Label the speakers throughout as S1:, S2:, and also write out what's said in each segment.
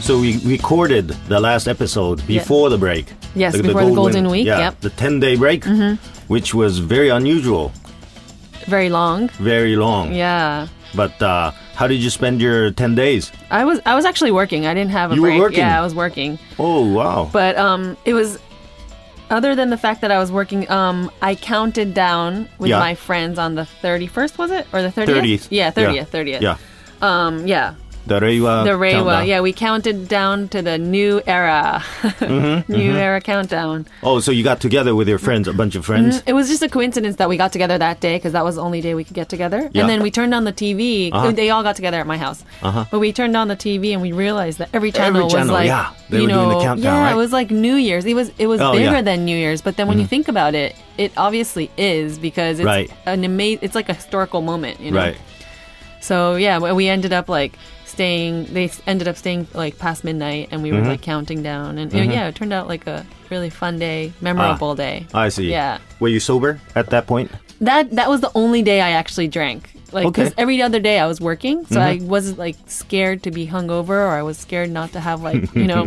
S1: so we recorded the last episode before the break.
S2: Yes, before the Golden Week,
S1: Yeah,
S2: yep. Mm-hmm.
S1: the 10 day break, which was very unusual,
S2: Very long.
S1: very long.
S2: Yeah.
S1: But uh, how did you spend your 10 days?
S2: I was I was actually working. I didn't have a
S1: You were
S2: break.
S1: working?
S2: Yeah, I was working.
S1: Oh, wow.
S2: But um it was other than the fact that I was working, um I counted down with
S1: Yeah.
S2: my friends on the 31st was it? Or the 30th?
S1: 30th.
S2: Yeah, 30th, 30th.
S1: Yeah.
S2: Um yeah.
S1: The Reiwa.
S2: The Reiwa.
S1: countdown.
S2: Yeah, we counted down to the new era.
S1: Mm-hmm,
S2: new era countdown.
S1: Oh, so you got together with your friends, a bunch of friends.
S2: Mm, It was just a coincidence that we got together that day because that was the only day we could get together.
S1: Yeah.
S2: And then we turned on the TV.
S1: Uh-huh.
S2: They all got together at my house. But we turned on the TV and we realized that every channel, was
S1: channel,
S2: like,
S1: yeah. They
S2: you
S1: were doing
S2: know,
S1: the countdown,
S2: yeah,
S1: right?
S2: it was like New Year's. It was it was
S1: Oh, yeah. Mm.
S2: bigger than New Year's. But then when you think about it, it obviously is because it's
S1: Right.
S2: an amazing. It's like a historical moment, you know.
S1: Right.
S2: So yeah, we we ended up like staying. They s- ended up staying like past midnight, and we were
S1: Mm-hmm.
S2: like counting down. And it- yeah, it turned out like a really fun day, memorable day.
S1: Ah, I see.
S2: Mm-hmm. Yeah.
S1: Were you sober at that point?
S2: That that was the only day I actually drank. Like
S1: Okay. Mm-hmm.
S2: because every other day I was working, so I wasn't like scared to be hungover, or I was scared not to have like you know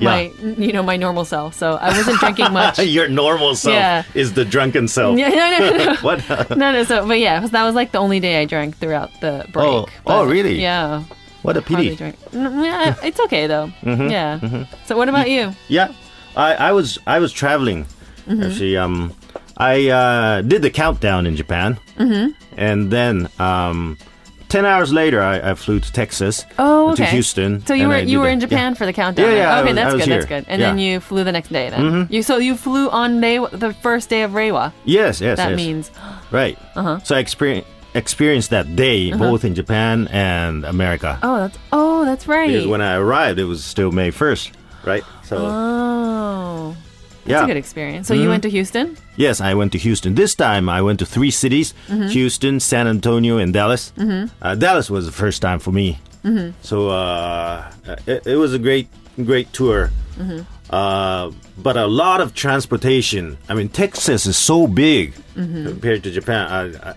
S2: my you know my normal self. So I wasn't drinking much. no,
S1: Your normal self
S2: Yeah.
S1: is the drunken self.
S2: no, no, no,
S1: What?
S2: no, no. So, but yeah, that was like the only day I drank throughout the break.
S1: Oh,
S2: But,
S1: oh, really?
S2: Yeah.
S1: what a
S2: Hardly
S1: pity.
S2: drank. Mm, yeah, it's okay though.
S1: Mm-hmm,
S2: Yeah. So what about you?
S1: Yeah, I, I was I was traveling.
S2: Mm-hmm.
S1: Actually, um, I uh, did the countdown in Japan,
S2: Mm-hmm.
S1: and then um, ten hours later, I, I flew to Texas.
S2: Oh,
S1: to
S2: okay.
S1: Houston.
S2: So you
S1: and
S2: were
S1: I
S2: you
S1: did
S2: were
S1: the-
S2: in Japan
S1: yeah.
S2: for the countdown.
S1: Yeah, yeah, I
S2: Okay,
S1: was-
S2: that's
S1: I was
S2: good. That's
S1: here.
S2: good. And
S1: Yeah. Mm-hmm.
S2: then you flew the next day. Then you so you flew on day the first day of Reiwa.
S1: Yes, yes,
S2: That
S1: yes.
S2: means
S1: right. Uh-huh. So I experience experienced that day both in Japan and America.
S2: Uh-huh. oh that's oh that's right.
S1: Because when I arrived, it was still May first, right? So
S2: oh,
S1: yeah, Mm-hmm.
S2: that's a good experience. So you went to Houston.
S1: Yes, I went to Houston. This time I went to three cities Houston, San Antonio, and Dallas. Mm-hmm. Uh, Dallas was the first time for me. Mm-hmm. So uh, it, it was a great, great tour. Uh, but a lot of transportation. I mean, Texas is so big compared to Japan. I, I,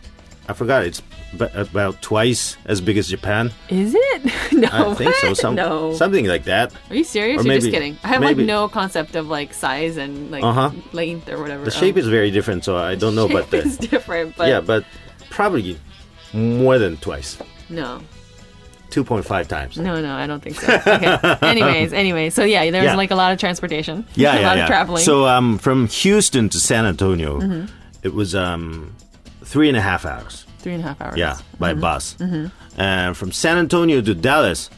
S1: I forgot it's b- about twice as big as Japan.
S2: Is it? no,
S1: I think so.
S2: what?
S1: Some,
S2: no.
S1: Something like that.
S2: Are you serious?
S1: or
S2: You're just
S1: maybe-
S2: kidding. I have
S1: maybe-
S2: like no concept of like size and like
S1: Uh-huh.
S2: length or whatever.
S1: The shape is very different, so I don't know. But
S2: it's
S1: the,
S2: different. But
S1: yeah, but probably more than twice.
S2: no.
S1: 2.5 times.
S2: No, no, I don't think so. Okay. anyways, anyways, so yeah, there was
S1: Yeah.
S2: like a lot of transportation.
S1: Yeah,
S2: a
S1: yeah,
S2: lot
S1: yeah.
S2: of traveling. Mm-hmm.
S1: So um, from Houston to San Antonio, it was um, three and a half hours.
S2: three and a half hours.
S1: Yeah, by bus.
S2: Mm-hmm.
S1: And from San Antonio to Dallas,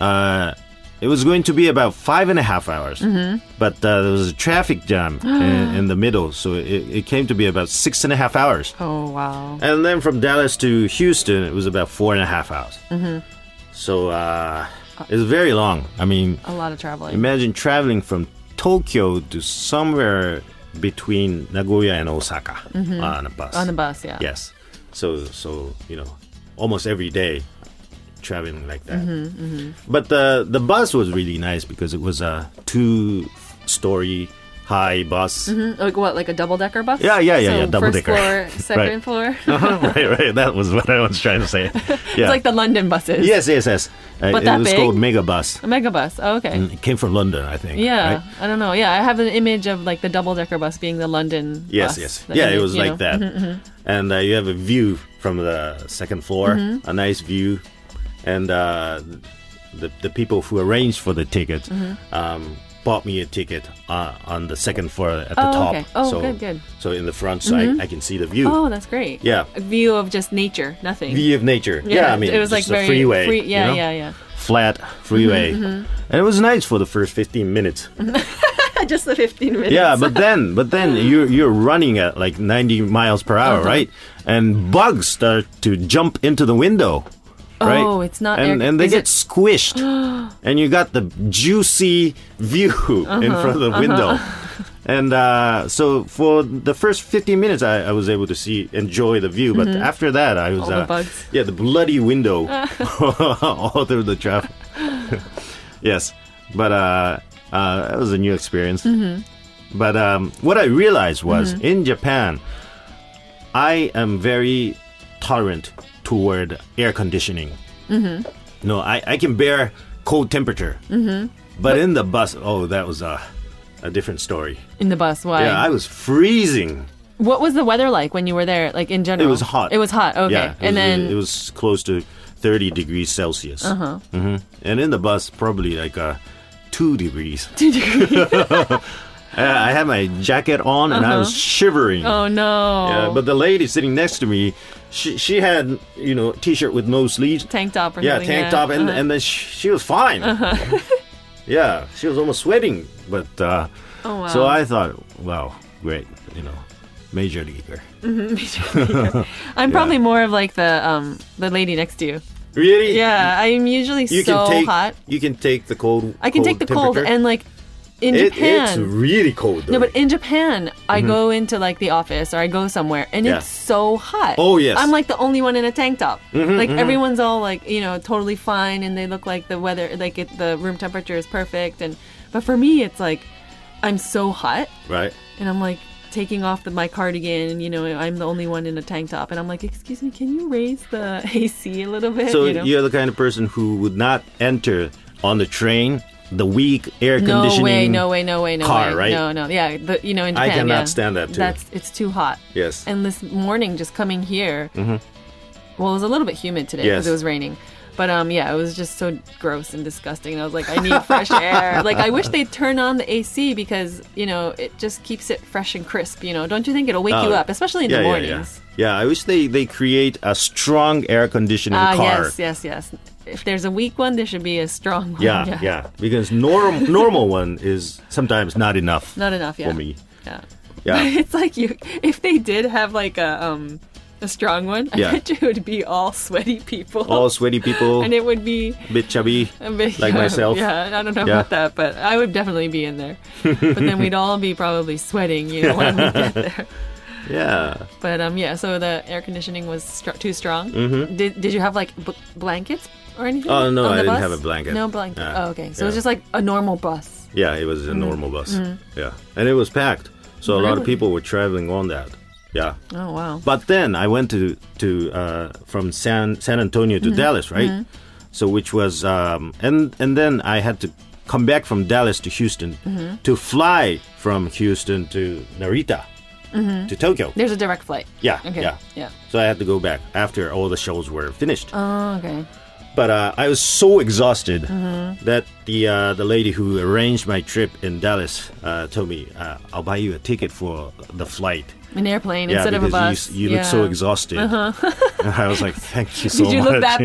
S1: uh, it was going to be about five and a half hours.
S2: Mm-hmm.
S1: But uh, there was a traffic jam in, in the middle, so it, it came to be about six and a half hours.
S2: Oh wow.
S1: And then from Dallas to Houston, it was about four and a half hours.
S2: Mm-hmm.
S1: So uh, it's very long. I mean,
S2: A lot of traveling.
S1: Imagine traveling from Tokyo to somewhere between Nagoya and Osaka on a bus.
S2: Mm-hmm. On the bus, yeah.
S1: Yes. So so you know, almost every day traveling like that.
S2: Mm-hmm,
S1: But the the bus was really nice because it was a two story high bus.
S2: Mm, Like what, like a double decker bus?
S1: Yeah, yeah, yeah,
S2: so
S1: yeah, double
S2: first
S1: decker.
S2: floor, second
S1: Right.
S2: floor. It's
S1: right, right. That was what I was trying to say. Yeah.
S2: like the London buses.
S1: yes, yes, yes. Uh,
S2: But
S1: it
S2: that
S1: was
S2: big?
S1: called Mega Bus.
S2: A mega bus. Oh, okay.
S1: It came from London, I think.
S2: Yeah,
S1: Mm. right?
S2: I don't know. Yeah, I have an image of like the double decker bus being the London.
S1: Yes,
S2: bus.
S1: yes.
S2: The
S1: Yeah, it
S2: image,
S1: was
S2: you
S1: like
S2: know.
S1: that. And uh, you have a view from the second floor,
S2: Mm-hmm.
S1: a nice view. And uh, the, the people who arranged for the ticket
S2: Mm-hmm.
S1: um, bought me a ticket uh, on the second floor at the
S2: Oh,
S1: top.
S2: okay. Oh,
S1: so,
S2: good, good.
S1: So in the front, so I, I can see the view.
S2: Oh, that's great.
S1: Yeah.
S2: A view of just nature, nothing.
S1: View of nature. Yeah, I mean,
S2: it was like
S1: just
S2: very
S1: a freeway.
S2: Free,
S1: you
S2: yeah,
S1: know?
S2: yeah, Mm-hmm, yeah,
S1: Flat freeway. And it was nice for the first 15 minutes.
S2: just the fifteen minutes.
S1: Yeah, but then, but then you're you're running at like 90 miles per hour,
S2: Uh-huh.
S1: right? And bugs start to jump into the window, right?
S2: Oh, it's not
S1: and
S2: air-
S1: and they
S2: is
S1: get
S2: it-
S1: squished, and you got the juicy view in
S2: Uh-huh,
S1: front of the window. And uh, so for the first 15 minutes, I, I was able to see, enjoy the view. But after that, I was
S2: Mm-hmm. All the
S1: uh,
S2: bugs.
S1: yeah, the bloody window all through the traffic. yes, but uh, uh, that was a new experience.
S2: Mm-hmm.
S1: But um, what I realized was in Japan, I am very
S2: Mm-hmm.
S1: tolerant toward air conditioning. No, I, I can bear cold temperature. Mm-hmm. But, in the bus, oh, that was a, a different story.
S2: in the bus. Why?
S1: Yeah, I was freezing.
S2: What was the weather like when you were there? Like in general,
S1: It was hot.
S2: It was hot. Okay,
S1: Yeah, it was,
S2: and then
S1: it was close to 30 degrees Celsius. Uh-huh. hmm And in the bus, probably like uh, two degrees. Two degrees. I I had my jacket on and I was shivering.
S2: oh no,
S1: Yeah, but the lady sitting next to me, she she had you know t-shirt with no sleeves,
S2: tank top or
S1: yeah,
S2: something.
S1: tank top,
S2: Uh-huh.
S1: and and then she, she was fine. yeah, she was almost sweating, but uh,
S2: Oh, wow.
S1: so I thought, wow, great, you know, major leaguer.
S2: I'm probably more of like the um the lady next to you.
S1: Really?
S2: Yeah, I'm usually
S1: You
S2: so
S1: can take
S2: hot.
S1: you can take the cold.
S2: I can take the cold
S1: temperature.
S2: and like in
S1: It-
S2: Japan.
S1: it's really cold.
S2: No,
S1: though.
S2: but in Japan, I go into like the office or I go somewhere and
S1: Yeah.
S2: it's so hot.
S1: Oh, yes. Mm-hmm,
S2: I'm like the only one in a tank top. like everyone's all like, you know, totally fine and they look like the weather, like it, the room temperature is perfect. And, but for me, it's like, I'm so hot
S1: right.
S2: and I'm like taking off the, my cardigan and, you know, I'm the only one in a tank top. And I'm like, excuse me, can you raise the AC a little bit?
S1: So
S2: you know?
S1: you're the kind of person who would not enter on the train the weak air
S2: no
S1: conditioning.
S2: way, no way, no way, no
S1: car, right?
S2: way. No, no, yeah, the, you know, in
S1: I
S2: Japan,
S1: cannot
S2: yeah.
S1: stand that, too.
S2: That's it's too hot.
S1: Yes.
S2: And this morning, just coming here, well, it was a little bit humid today
S1: Mm-hmm. Yes.
S2: because it was raining. But um, yeah, it was just so gross and disgusting. And I was like, I need fresh air. Like, I wish they'd turn on the AC because you know it just keeps it fresh and crisp. You know, don't you think it'll wake you
S1: Oh,
S2: up, especially in
S1: yeah,
S2: the
S1: yeah,
S2: mornings?
S1: yeah. Yeah, I wish they, they create a strong air conditioning
S2: Ah,
S1: car.
S2: yes, yes, yes. If there's a weak one, there should be a strong one.
S1: Yeah, yeah, Because norm, normal one is sometimes not enough
S2: Not enough. Yeah.
S1: for me.
S2: Yeah.
S1: Yeah.
S2: it's like you if they did have like a um a strong one, I
S1: Yeah.
S2: bet you it would be all sweaty people.
S1: All sweaty people,
S2: and it would be
S1: bit chubby,
S2: a bit,
S1: like
S2: yeah,
S1: myself.
S2: Yeah, I don't know
S1: Yeah.
S2: about that, but I would definitely be in there. but then we'd all be probably sweating, you know, when we get there.
S1: Yeah.
S2: But um, yeah. So the air conditioning was str- too strong. Mm-hmm. Did Did you have like b- blankets or anything?
S1: Oh, no,
S2: on the
S1: I didn't
S2: bus?
S1: have a blanket.
S2: No blanket.
S1: Yeah.
S2: oh, okay. So it
S1: Yeah.
S2: was just like a normal bus.
S1: Yeah, it was a normal bus. Yeah. And it was packed. So a lot of
S2: Really?
S1: people were traveling on that. Yeah.
S2: Oh wow.
S1: But then I went to to uh, from San San Antonio to Dallas, right? So which was um, and and then I had to come back from Dallas to Houston to fly from Houston to Narita to Tokyo.
S2: There's a direct flight.
S1: Yeah,
S2: Okay.
S1: yeah.
S2: Yeah.
S1: So I had to go back after all the shows were finished.
S2: Oh okay.
S1: But uh, I was so exhausted
S2: Mm-hmm.
S1: that the uh, the lady who arranged my trip in Dallas uh, told me, uh, "I'll buy you a ticket for the flight."
S2: An airplane
S1: Yeah,
S2: instead of
S1: because
S2: a bus.
S1: you, you look so
S2: Yeah. Uh-huh.
S1: exhausted. I was like, thank you so
S2: Did you
S1: much.
S2: look that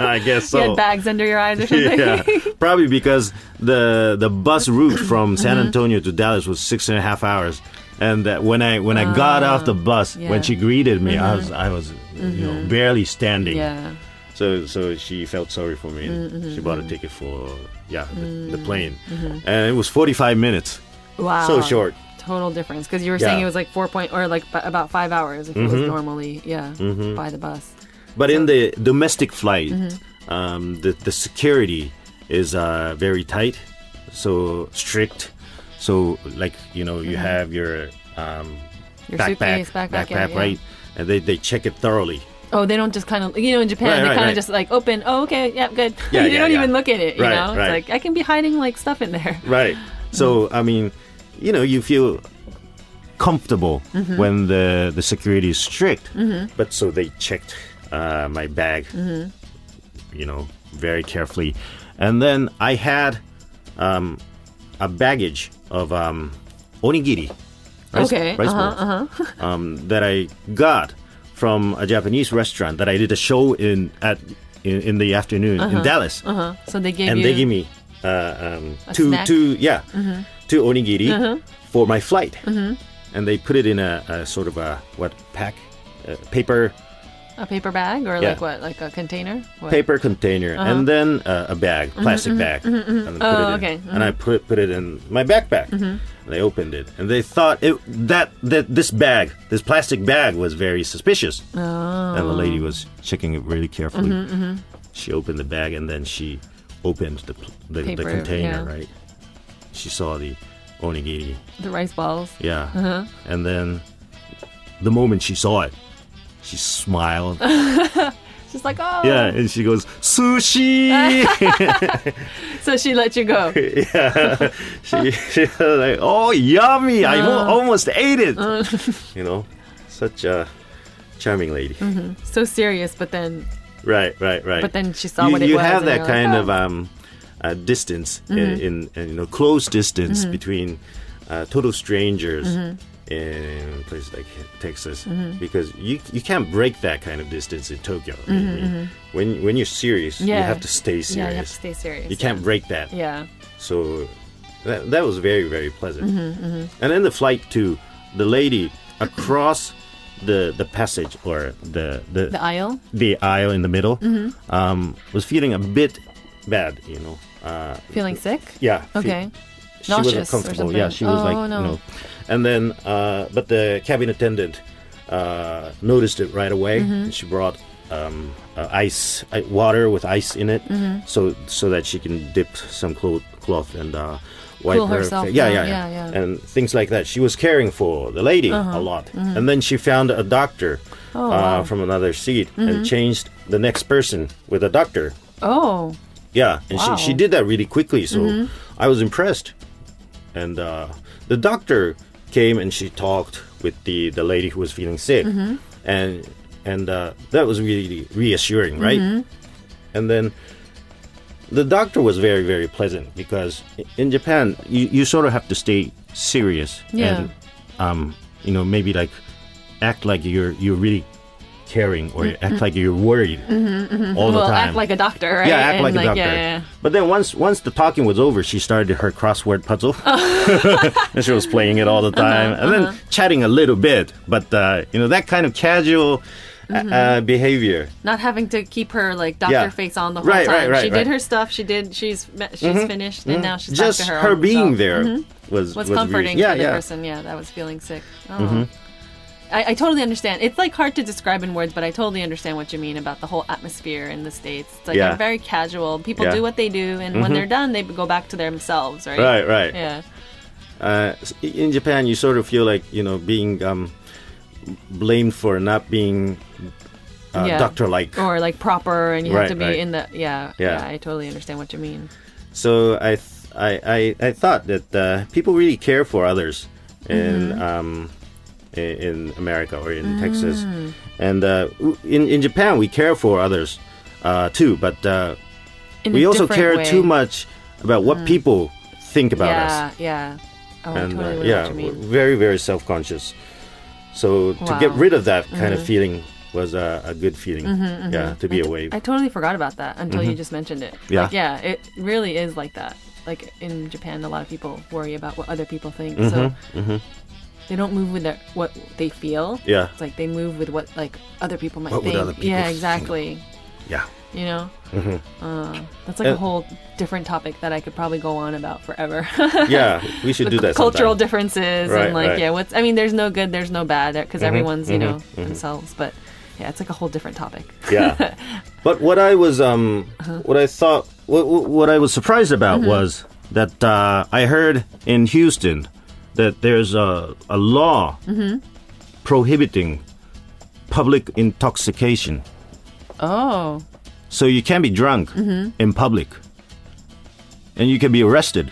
S1: I guess so.
S2: You had bags under your eyes or something.
S1: yeah, probably because the the bus route from
S2: Mm-hmm.
S1: San Antonio to Dallas was six and a half hours, and that when I when I got off the bus,
S2: Ah, yeah. Mm-hmm.
S1: when she greeted me, I was I was you know barely standing.
S2: Yeah.
S1: So so she felt sorry for me. and She bought a ticket for yeah the, the plane, and it was forty five minutes.
S2: Wow.
S1: So short.
S2: Total difference because you were saying
S1: Yeah. Mm-hmm.
S2: it was like four point or like b- about five hours if it was normally yeah by the bus.
S1: But in the domestic flight, um, the, the security is uh, very tight, so strict. So, like, you know, you have your, um,
S2: Mm-hmm. Your
S1: backpack,
S2: suitcase, backpack, yeah, yeah.
S1: right? And they, they check it thoroughly.
S2: Oh, they don't just kind of you know in Japan
S1: Right,
S2: they
S1: right,
S2: kind
S1: right.
S2: of just like open. Oh, okay, yeah, good.
S1: Yeah,
S2: you
S1: yeah,
S2: don't
S1: yeah.
S2: even look at it. You
S1: Right,
S2: know,
S1: right.
S2: it's like I can be hiding like stuff in there.
S1: Right. So, I mean, you know, you feel comfortable
S2: Mm-hmm.
S1: when the, the security is strict. But so they checked uh, my bag,
S2: Mm-hmm.
S1: you know, very carefully. And then I had um, a baggage of um, onigiri. rice-
S2: Okay,
S1: rice
S2: uh-huh,
S1: balls, um, that I got from a Japanese restaurant that I did a show in at in, in the afternoon in Dallas
S2: Uh-huh. So they gave
S1: and
S2: you
S1: they gave me uh, um,
S2: A
S1: two
S2: snack? Mm-hmm.
S1: two yeah two onigiri for my flight, and they put it in a, a sort of a what pack uh, paper
S2: a paper bag or
S1: Yeah.
S2: like what like Uh-huh. Mm-hmm, a container. What?
S1: paper container and then uh, a bag plastic bag and, I put
S2: Oh,
S1: it in,
S2: okay. Mm-hmm.
S1: and I put put it in my backpack. And they opened it and they thought it that that this bag this plastic bag was very suspicious. And the
S2: Oh.
S1: lady was checking it really carefully.
S2: Mm-hmm,
S1: She opened the bag and then she opened the pl- the, the
S2: Paper,
S1: container,
S2: yeah.
S1: right? She saw the onigiri,
S2: The rice balls.
S1: yeah.
S2: Uh-huh.
S1: And then the moment she saw it, she smiled
S2: She's like, oh.
S1: Yeah, and she goes sushi.
S2: So she let you go.
S1: yeah, she, she was like, oh yummy! I al-
S2: Uh.
S1: almost ate it. you know, such a charming lady.
S2: So serious, but then
S1: Right, right, right.
S2: Mm. But then she saw
S1: you,
S2: what it
S1: you
S2: was
S1: have
S2: and
S1: that
S2: you're like,
S1: kind
S2: "Oh." Mm-hmm.
S1: of um, uh, distance i- in, in you know close distance between uh, total strangers
S2: Mm-hmm.
S1: in places like Texas because you you can't break that kind of distance in Tokyo. I mean, When when you're serious, you
S2: Mm-hmm, Yeah.
S1: have to stay serious.
S2: yeah, you have to stay serious.
S1: You can't break that.
S2: Yeah.
S1: So that, that was very, very pleasant.
S2: Mm-hmm,
S1: And then the flight to the lady across the the passage or the the,
S2: The Mm-hmm. aisle.
S1: the aisle in the middle um, was feeling a bit bad, you know. Uh,
S2: Feeling sick.
S1: yeah. fe-
S2: Okay.
S1: She wasn't
S2: Nauseous or
S1: comfortable.
S2: something.
S1: Yeah, she was
S2: Oh,
S1: like,
S2: no.
S1: you know. And then, uh, but the cabin attendant uh, noticed it right away.
S2: Mm-hmm.
S1: And she brought um, uh, ice, uh, water with ice in it,
S2: Mm-hmm.
S1: so so that she can dip some cloth, cloth and uh, wipe
S2: Cool
S1: her.
S2: herself
S1: fa- yeah, yeah,
S2: down.
S1: yeah,
S2: Yeah, yeah.
S1: and things like that. She was caring for the lady a lot, and then she found a doctor uh,
S2: Mm-hmm. Oh, wow. Mm-hmm.
S1: from another seat and changed the next person with a doctor.
S2: Oh.
S1: Yeah, and
S2: Wow. Mm-hmm.
S1: she, she did that really quickly, so I was impressed. And uh, the doctor came and she talked with the, the lady who was feeling sick,
S2: Mm-hmm.
S1: and and uh, that was really reassuring, right?
S2: Mm-hmm.
S1: And then the doctor was very very pleasant because i- in Japan you, you sort of have to stay serious
S2: Yeah.
S1: and um, you know maybe like act like you're you're really caring or act like you're worried all the
S2: Mm-hmm. Well,
S1: time.
S2: act like a doctor, right?
S1: Yeah, act
S2: And
S1: like, a doctor.
S2: Yeah, yeah.
S1: But then once once the talking was over, she started her crossword puzzle,
S2: Oh.
S1: and she was playing it all the
S2: Uh-huh,
S1: time, and then chatting a little bit. But uh, you know that kind of casual uh,
S2: Mm-hmm.
S1: uh, behavior.
S2: Not having to keep her like doctor
S1: Yeah.
S2: face on the whole
S1: Right,
S2: time.
S1: right, right, right.
S2: she
S1: Mm-hmm.
S2: did her stuff. She did. She's me- she's finished, and now she's
S1: Just
S2: back to her.
S1: her
S2: own
S1: being
S2: self.
S1: there was
S2: What's
S1: was
S2: comforting
S1: really, yeah,
S2: for the
S1: yeah. Mm-hmm.
S2: person, yeah, that was feeling sick. Oh. I, I totally understand. It's like hard to describe in words, but I totally understand what you mean about the whole atmosphere in the states. It's like
S1: Yeah.
S2: they're very casual. People
S1: Yeah. Mm-hmm.
S2: do what they do, and when they're done, they go back to themselves, right?
S1: Right, right.
S2: Yeah.
S1: Uh, s- in Japan, you sort of feel like you know being um, blamed for not being uh,
S2: Yeah.
S1: doctor-like.
S2: Or like proper, and you
S1: Right,
S2: have to be
S1: right.
S2: in the yeah,
S1: Yeah.
S2: yeah. I totally understand what you mean.
S1: So I, th- I, I, I thought that uh, people really care for others in,
S2: Mm-hmm.
S1: um, i- in America or in Texas,
S2: Mm.
S1: and uh, w- in in Japan we care for others uh, too, but uh,
S2: In
S1: we
S2: a
S1: also
S2: different
S1: care
S2: way. Mm.
S1: too much about what people think about
S2: yeah,
S1: us,
S2: yeah. Oh, I
S1: and
S2: totally
S1: uh,
S2: know
S1: yeah,
S2: what you
S1: we're
S2: mean.
S1: very very self conscious. So to get
S2: Wow. Mm-hmm.
S1: rid of that kind of feeling was a, a good feeling, yeah, to be away.
S2: I totally forgot about that until you just mentioned it.
S1: Yeah.
S2: Like, yeah, it really is like that. Like in Japan, a lot of people worry about what other people think, so they don't move with their, what they feel.
S1: Mm-hmm, Yeah.
S2: It's like they move with what like other people might
S1: What would
S2: think.
S1: other people
S2: yeah,
S1: think?
S2: exactly.
S1: yeah,
S2: You know, uh, that's like
S1: Uh,
S2: a whole different topic that I could probably go on about forever.
S1: yeah, we should
S2: the
S1: do that.
S2: cultural
S1: sometime.
S2: differences
S1: Right,
S2: and like
S1: right. Mm-hmm,
S2: yeah, what's I mean, there's no good, there's no bad because everyone's you know themselves, but yeah, it's like a whole different topic.
S1: yeah but what i was um
S2: Uh-huh.
S1: what i thought what, what what i was surprised about
S2: Mm-hmm.
S1: was that uh, i heard in houston that there's a, a law
S2: Mm-hmm.
S1: prohibiting public intoxication
S2: Oh,
S1: so you can be drunk
S2: Mm-hmm.
S1: in public and you can be arrested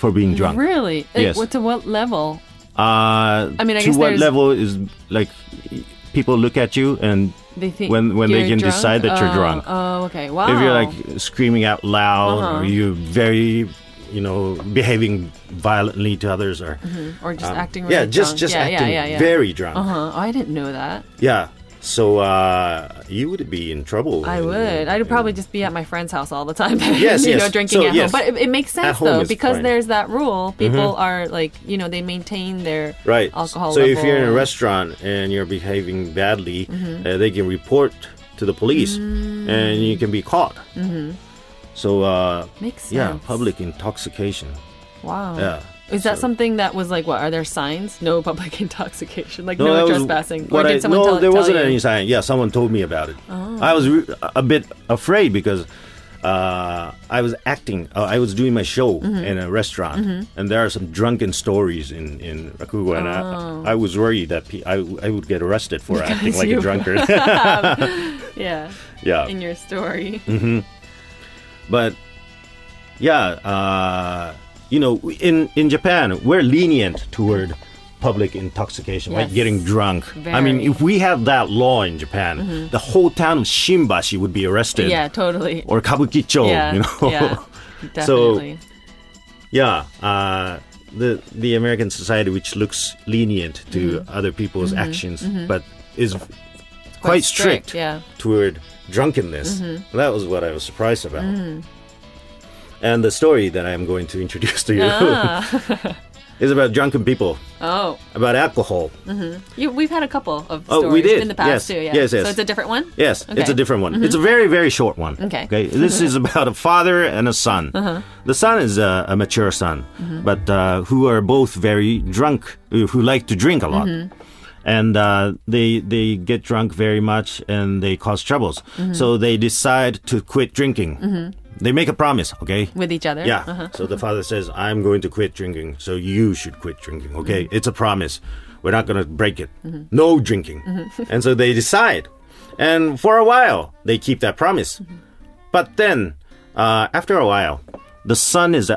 S1: for being drunk
S2: Really? Like,
S1: Yes.
S2: what to what level?
S1: uh,
S2: I mean, I
S1: to
S2: guess
S1: what
S2: there's-
S1: level is like people look at you and
S2: They think
S1: When- when they can
S2: you're drunk?
S1: decide that you're
S2: Oh,
S1: drunk.
S2: Oh, okay. Wow.
S1: if you're like screaming out loud
S2: Uh-huh.
S1: or you're very you know behaving violently to others or
S2: or just Mm-hmm. acting. Really
S1: um, yeah just
S2: drunk.
S1: just
S2: yeah,
S1: acting
S2: Yeah, yeah, yeah.
S1: very drunk
S2: Uh huh. Oh, I didn't know that.
S1: yeah so uh you would be in trouble
S2: I
S1: in-
S2: would. I'd probably just be at my friend's house all the time.
S1: Yes,
S2: you
S1: yes.
S2: know, drinking
S1: So,
S2: at
S1: yes.
S2: home. But it, it makes sense
S1: home
S2: though
S1: is
S2: because
S1: fine. Mm-hmm.
S2: there's that rule. People are like, you know, they maintain their
S1: right
S2: alcohol.
S1: so if you're in a
S2: level.
S1: restaurant and you're behaving badly
S2: Mm-hmm.
S1: uh, they can report to the police
S2: Mm.
S1: and you can be caught so uh
S2: makes Mm-hmm. sense.
S1: yeah public intoxication
S2: Wow.
S1: yeah
S2: Is that
S1: So-
S2: something that was like what? Are there signs? No public intoxication, like
S1: No,
S2: no,
S1: that was
S2: trespassing.
S1: what
S2: or did
S1: I-
S2: someone
S1: no,
S2: tell,
S1: there
S2: tell
S1: wasn't
S2: you? Oh.
S1: any sign. Yeah, someone told me about it. I was re- a bit afraid because uh, I was acting. Uh, I was doing my show
S2: Mm-hmm.
S1: in a restaurant, and there are some drunken stories in in Rakugo, and
S2: Oh.
S1: I, I was worried that pe- I, I would get arrested for acting like a
S2: you-
S1: drunkard.
S2: Um, Yeah.
S1: Yeah.
S2: in your story.
S1: but yeah, uh, you know, in in Japan, we're lenient toward public intoxication, like
S2: Yes.
S1: getting drunk. I mean,
S2: Very. Mm-hmm.
S1: if we had that law in Japan, the whole town of Shimbashi would be arrested,
S2: Yeah, totally.
S1: or Kabukicho,
S2: yeah,
S1: you know.
S2: yeah,
S1: So-
S2: definitely.
S1: Yeah, uh, the the American society, which looks lenient to
S2: Mm-hmm.
S1: other people's actions, but is quite, strict,
S2: Yeah,
S1: toward drunkenness. That was what I was surprised about. And the story that I am going to introduce to you
S2: Ah.
S1: is about drunken people,
S2: oh,
S1: about alcohol.
S2: you, we've had a couple of
S1: Oh,
S2: stories
S1: we did.
S2: in the past
S1: Yes,
S2: too. Yeah,
S1: yes, yes.
S2: So it's a different one.
S1: Yes, it's
S2: Okay. Mm-hmm.
S1: a different one. It's a very, very short one.
S2: Okay. Uh-huh.
S1: This is about a father and a son. The son is a, a mature son,
S2: Mm-hmm.
S1: but uh, who are both very drunk, who who like to drink a lot.
S2: Mm-hmm.
S1: And uh, they they get drunk very much and they cause troubles.
S2: Mm-hmm.
S1: So they decide to quit drinking. They make a promise, okay?
S2: with each other.
S1: Yeah. So the father says, I'm going to quit drinking. So you should quit drinking. Okay. It's a promise. We're not going to break it. No drinking. and so they decide. And for a while, they keep that promise. But then, uh, after a while, the son is uh,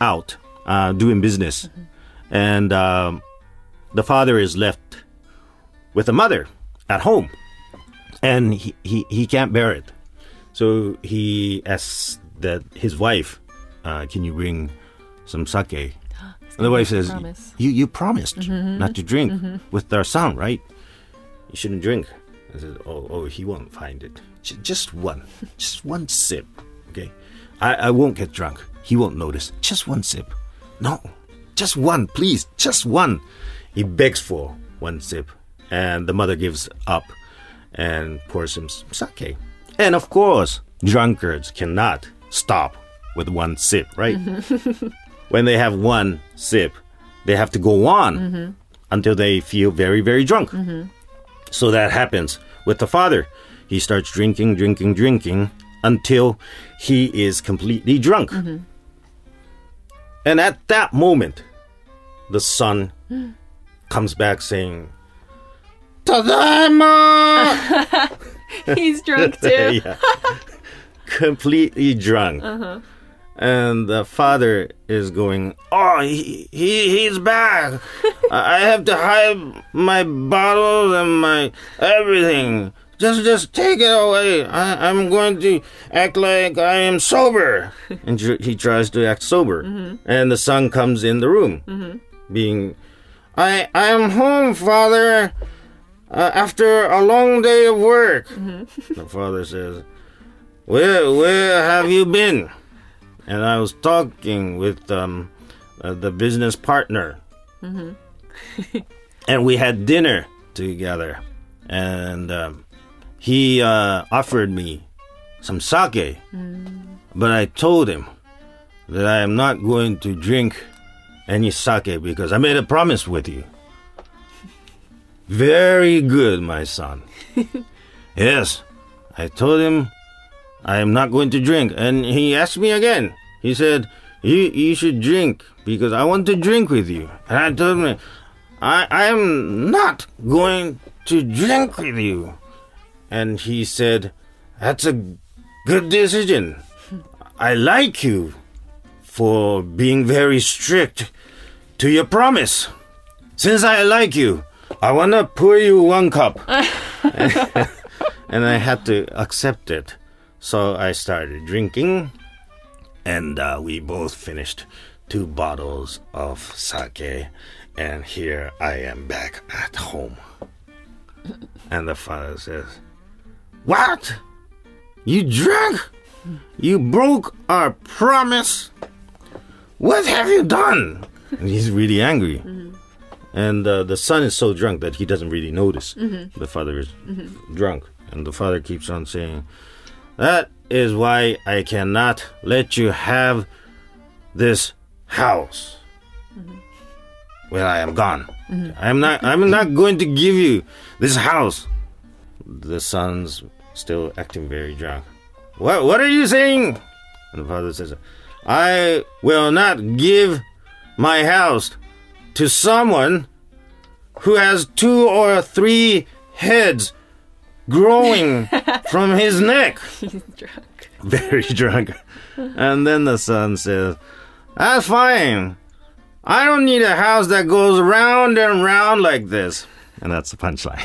S1: out uh, doing business. And um, the father is left with the mother at home. And he, he, he can't bear it. So he asks that his wife, uh, "Can you bring some sake?" And the wife says,
S2: promise.
S1: "You you promised not to drink with our son, right? You shouldn't drink." I said, "Oh oh, he won't find it. J- just one, just one sip, okay? I I won't get drunk. He won't notice. Just one sip. No, just one, please, just one." He begs for one sip, and the mother gives up and pours him s- sake. And of course, drunkards cannot stop with one sip, right? when they have one sip, they have to go on until they feel very, very drunk. So that happens with the father. He starts drinking, drinking, drinking until he is completely drunk. And at that moment, the son comes back saying, Tadaima!
S2: he's drunk too.
S1: yeah. Completely drunk. And the father is going, Oh, he, he he's back. I I have to hide my bottles and my everything. Just just take it away. I, I'm going to act like I am sober. and tr- he tries to act sober. And the son comes in the room, being, I, I am home, father uh, after a long day of work. The father says, "Where where have you been?" And I was talking with um, uh, the business partner, and we had dinner together, and um, he uh, offered me some sake, but I told him that I am not going to drink any sake because I made a promise with you. Very good, my son. yes, I told him I am not going to drink, and he asked me again. He said, "You you should drink because I want to drink with you." And I told him, "I I am not going to drink with you," and he said, "That's a good decision. I like you for being very strict to your promise." Since I like you, I wanna pour you one cup. and I had to accept it. So I started drinking, and uh, we both finished two bottles of sake. And here I am back at home. And the father says, What? You drank? You broke our promise? What have you done? And he's really angry and uh, the son is so drunk that he doesn't really notice the father is drunk and the father keeps on saying that is why i cannot let you have this house well i am gone i'm not i'm not going to give you this house the son's still acting very drunk what what are you saying and the father says i will not give my house to someone who has two or three heads growing from his neck.
S2: He's drunk.
S1: Very drunk. And then the son says, That's fine. I don't need a house that goes round and round like this. And that's the punchline.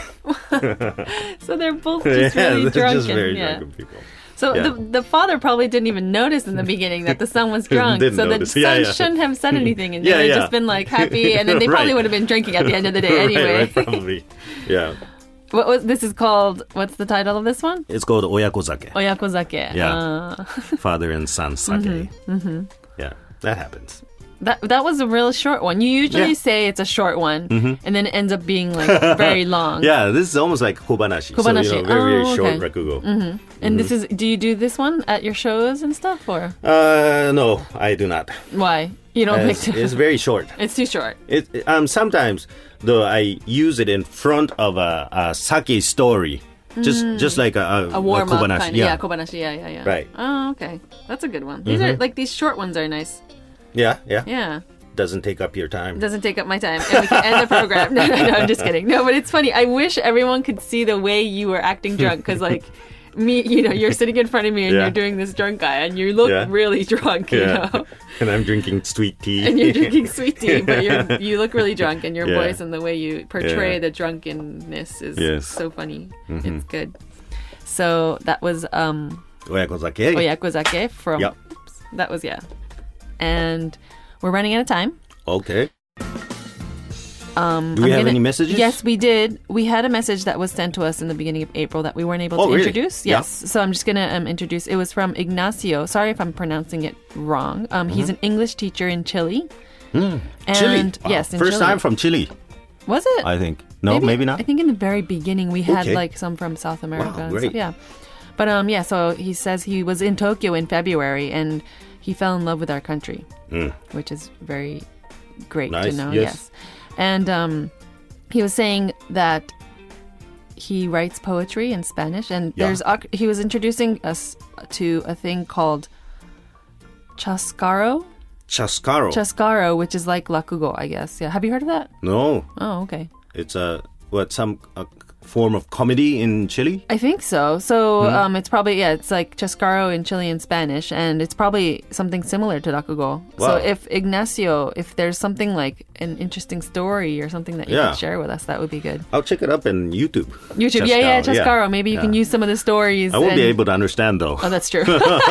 S2: So they're both just really
S1: they're
S2: drunk.
S1: just
S2: and-
S1: very
S2: yeah.
S1: drunken people.
S2: So
S1: Yeah.
S2: the the father probably didn't even notice in the beginning that the son was drunk.
S1: Didn't
S2: so
S1: notice.
S2: the
S1: Yeah,
S2: son
S1: yeah.
S2: shouldn't have said anything and
S1: Yeah,
S2: they'd
S1: yeah.
S2: just been like happy and then they probably
S1: Right.
S2: would have been drinking at the end of the day
S1: Right,
S2: anyway.
S1: right, probably. Yeah.
S2: What was this is called what's the title of this one?
S1: It's called oyakozake,
S2: Oyakozake.
S1: Yeah.
S2: Uh,
S1: father and son sake.
S2: Mm-hmm,
S1: Yeah, that happens.
S2: that that was a real short one. You usually
S1: Yeah. Mm-hmm.
S2: say it's a short one and then it ends up being like very long.
S1: Yeah, this is almost like kobanashi. So, you
S2: Kobanashi.
S1: know, very, very
S2: Oh,
S1: short
S2: okay.
S1: rakugo.
S2: And this
S1: Mm-hmm.
S2: is do you do this one at your shows and stuff or
S1: Uh, no, I do not.
S2: why? You don't
S1: It's,
S2: like to
S1: it's very short.
S2: It's too short.
S1: It um sometimes though I use it in front of a, a sake story, just just like a, a,
S2: Mm. a warm up
S1: kobanashi.
S2: kind of yeah. kobanashi yeah yeah yeah
S1: Right. Mm-hmm.
S2: oh okay that's a good one these are like these short ones are nice
S1: yeah, yeah,
S2: yeah
S1: Doesn't take up your time.
S2: doesn't take up my time and we can end the program no no no i'm just kidding no but it's funny i wish everyone could see the way you were acting drunk because like me you know you're sitting in front of me and
S1: Yeah.
S2: you're doing this drunk guy and you look
S1: Yeah.
S2: really drunk you
S1: yeah,
S2: know
S1: and I'm drinking sweet tea.
S2: and you're drinking sweet tea but you're you look really drunk and your
S1: Yeah.
S2: voice and the way you portray
S1: Yeah.
S2: the drunkenness is
S1: Yes. Mm-hmm.
S2: so funny it's good so that was um
S1: oyakozake.
S2: Oyakozake from.
S1: Yep.
S2: Oops, that was yeah. And we're running out of time.
S1: Okay. Um, Do we
S2: I'm
S1: have
S2: gonna-
S1: any messages?
S2: Yes, we did. We had a message that was sent to us in the beginning of April that we weren't able
S1: Oh,
S2: to
S1: really?
S2: introduce.
S1: Yeah.
S2: Yes. So I'm just going to um, introduce. It was from Ignacio. Sorry if I'm pronouncing it wrong. Um, He's an English teacher in Chile. And,
S1: Mm-hmm. Hmm. Chile. Wow.
S2: Yes. in
S1: First
S2: Chile.
S1: time from Chile,
S2: Was it?
S1: I think. No, maybe, not.
S2: I think in the very beginning we had
S1: Okay.
S2: like some from South America. and
S1: great.
S2: Stuff. Yeah. But um yeah, so he says he was in Tokyo in February and he fell in love with our country, which is very great
S1: Hmm. Nice,
S2: to know.
S1: yes.
S2: Yes. And um he was saying that he writes poetry in Spanish and
S1: Yeah.
S2: there's ac- he was introducing us to a thing called chascaro,
S1: Chascaro.
S2: chascaro, which is like lakugo, I guess. Yeah. Have you heard of that?
S1: no,
S2: Oh, okay.
S1: it's a what some a form of comedy in Chile.
S2: I think so. So
S1: Mm-hmm.
S2: um, it's probably yeah, it's like chascaro in Chilean Spanish, and it's probably something similar to rakugo. So
S1: Wow.
S2: if Ignacio, if there's something like an interesting story or something that you
S1: Yeah.
S2: could share with us, that would be good.
S1: I'll check it up in YouTube.
S2: YouTube, yeah, yeah, chascaro. Maybe you can
S1: Yeah.
S2: use some of the stories.
S1: I won't be
S2: and-
S1: able to understand though.
S2: Oh, that's true.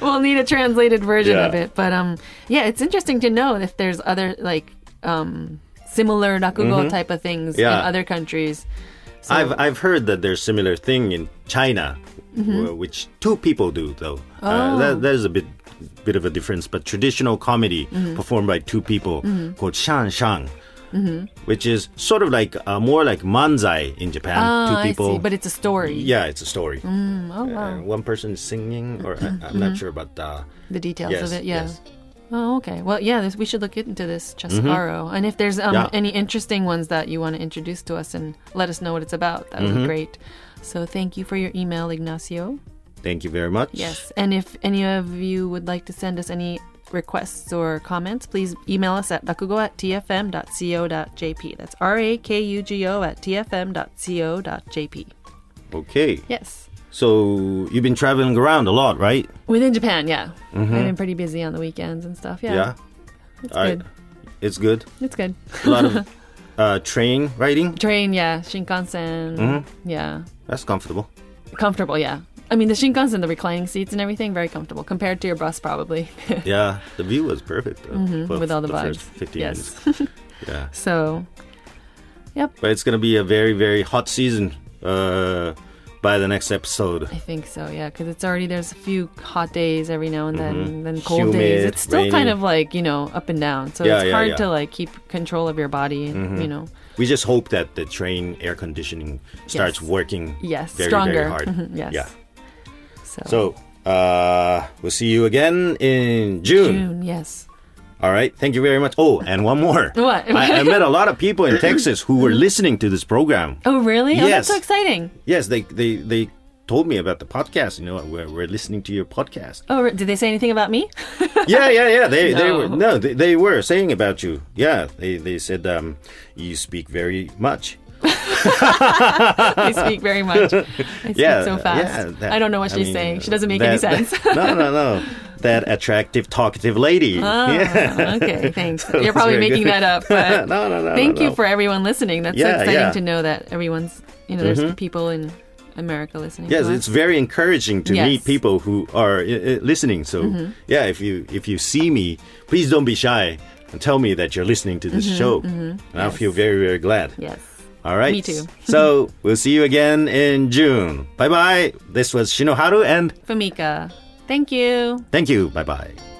S2: we'll need a translated version
S1: Yeah.
S2: of it, but um, yeah, it's interesting to know if there's other like um similar rakugo type of things
S1: Mm-hmm. Yeah.
S2: in other countries. So,
S1: I've I've heard that there's similar thing in China,
S2: Mm-hmm.
S1: wh- which two people do though.
S2: Oh.
S1: Uh, that, that is a bit bit of a difference. But traditional comedy
S2: Mm-hmm.
S1: performed by two people called shan shang,
S2: Mm-hmm.
S1: which is sort of like uh, more like manzai in Japan.
S2: Oh,
S1: Two
S2: I
S1: people.
S2: see. But it's a story.
S1: yeah, it's a story.
S2: Oh wow.
S1: Uh, one person is singing, or I, I'm not sure about the.
S2: the details
S1: Yes,
S2: Mm-hmm. of it. Yeah.
S1: yes.
S2: Oh, okay. Well, yeah, this, we should look into this Chascaro. And if there's um,
S1: Yeah.
S2: any interesting ones that you want to introduce to us and let us know what it's about, that would be great. So thank you for your email, Ignacio.
S1: Thank you very much.
S2: Yes. And if any of you would like to send us any requests or comments, please email us at rakugo at tfm.co.jp. That's R A K U G O at tfm.co.jp.
S1: Okay.
S2: Yes.
S1: So you've been traveling around a lot, right?
S2: Within Japan, yeah. I've been pretty busy on the weekends and stuff. Yeah.
S1: It's
S2: good.
S1: It's good.
S2: It's good.
S1: A lot of uh, train riding.
S2: Train, yeah. Shinkansen. Yeah.
S1: That's comfortable.
S2: Comfortable, yeah. I mean, the Shinkansen, the reclining seats and everything, very comfortable compared to your bus, probably.
S1: Yeah, the view was perfect uh, for
S2: Mm-hmm, with all the
S1: first
S2: vibes.
S1: 15
S2: Yes.
S1: minutes. yeah,
S2: so,
S1: but it's gonna be a very very hot season uh, by the next episode.
S2: I think so, yeah, because it's already, there's a few hot days every now and then, and then cold
S1: Mm-hmm. Humid,
S2: days. It's still kind
S1: rainy.
S2: of like, you know, up and down. So
S1: Yeah,
S2: it's
S1: yeah,
S2: hard
S1: yeah. Mm-hmm.
S2: to, like, keep control of your body, you know.
S1: We just hope that the train air conditioning starts working.
S2: Yes,
S1: very,
S2: stronger.
S1: Very hard.
S2: Mhm, yes.
S1: Yeah.
S2: So,
S1: So uh, we'll see you again in June.
S2: June, yes.
S1: All right. Thank you very much. Oh, and one more.
S2: What?
S1: I, I met a lot of people in Texas who were listening to this program.
S2: Oh, really? Oh, that's
S1: Yes.
S2: so exciting.
S1: Yes, they they they told me about the podcast. You know, we're, we're listening to your podcast.
S2: Oh, re- did they say anything about me?
S1: yeah, yeah, yeah. They they
S2: No.
S1: were no, they, they were saying about you. Yeah, they they said um, you speak very much.
S2: I speak very much. I speak
S1: Yeah,
S2: so fast.
S1: yeah, that-
S2: I don't know what
S1: I
S2: she's
S1: mean,
S2: saying. She doesn't make any
S1: that-
S2: sense.
S1: no, no, no. That attractive, talkative lady. yeah.
S2: Oh, okay, thanks.
S1: was
S2: You're probably
S1: very
S2: making
S1: good.
S2: that up. But
S1: No, no, no.
S2: thank
S1: no,
S2: you
S1: no.
S2: for everyone listening. That's so
S1: Yeah,
S2: exciting
S1: yeah. Mm-hmm.
S2: to know that everyone's, you know, there's people in America listening.
S1: Yes,
S2: to
S1: it's
S2: us.
S1: very encouraging to
S2: Yes. Mm-hmm.
S1: meet people who are uh, uh, listening. So, yeah, if you if you see me, please don't be shy and tell me that you're listening to
S2: Mm-hmm,
S1: this show. And I feel very very glad.
S2: yes.
S1: All right.
S2: Me too.
S1: so, we'll see you again in June. Bye-bye. This was Shinoharu and
S2: Famika, thank you.
S1: thank you. Bye-bye.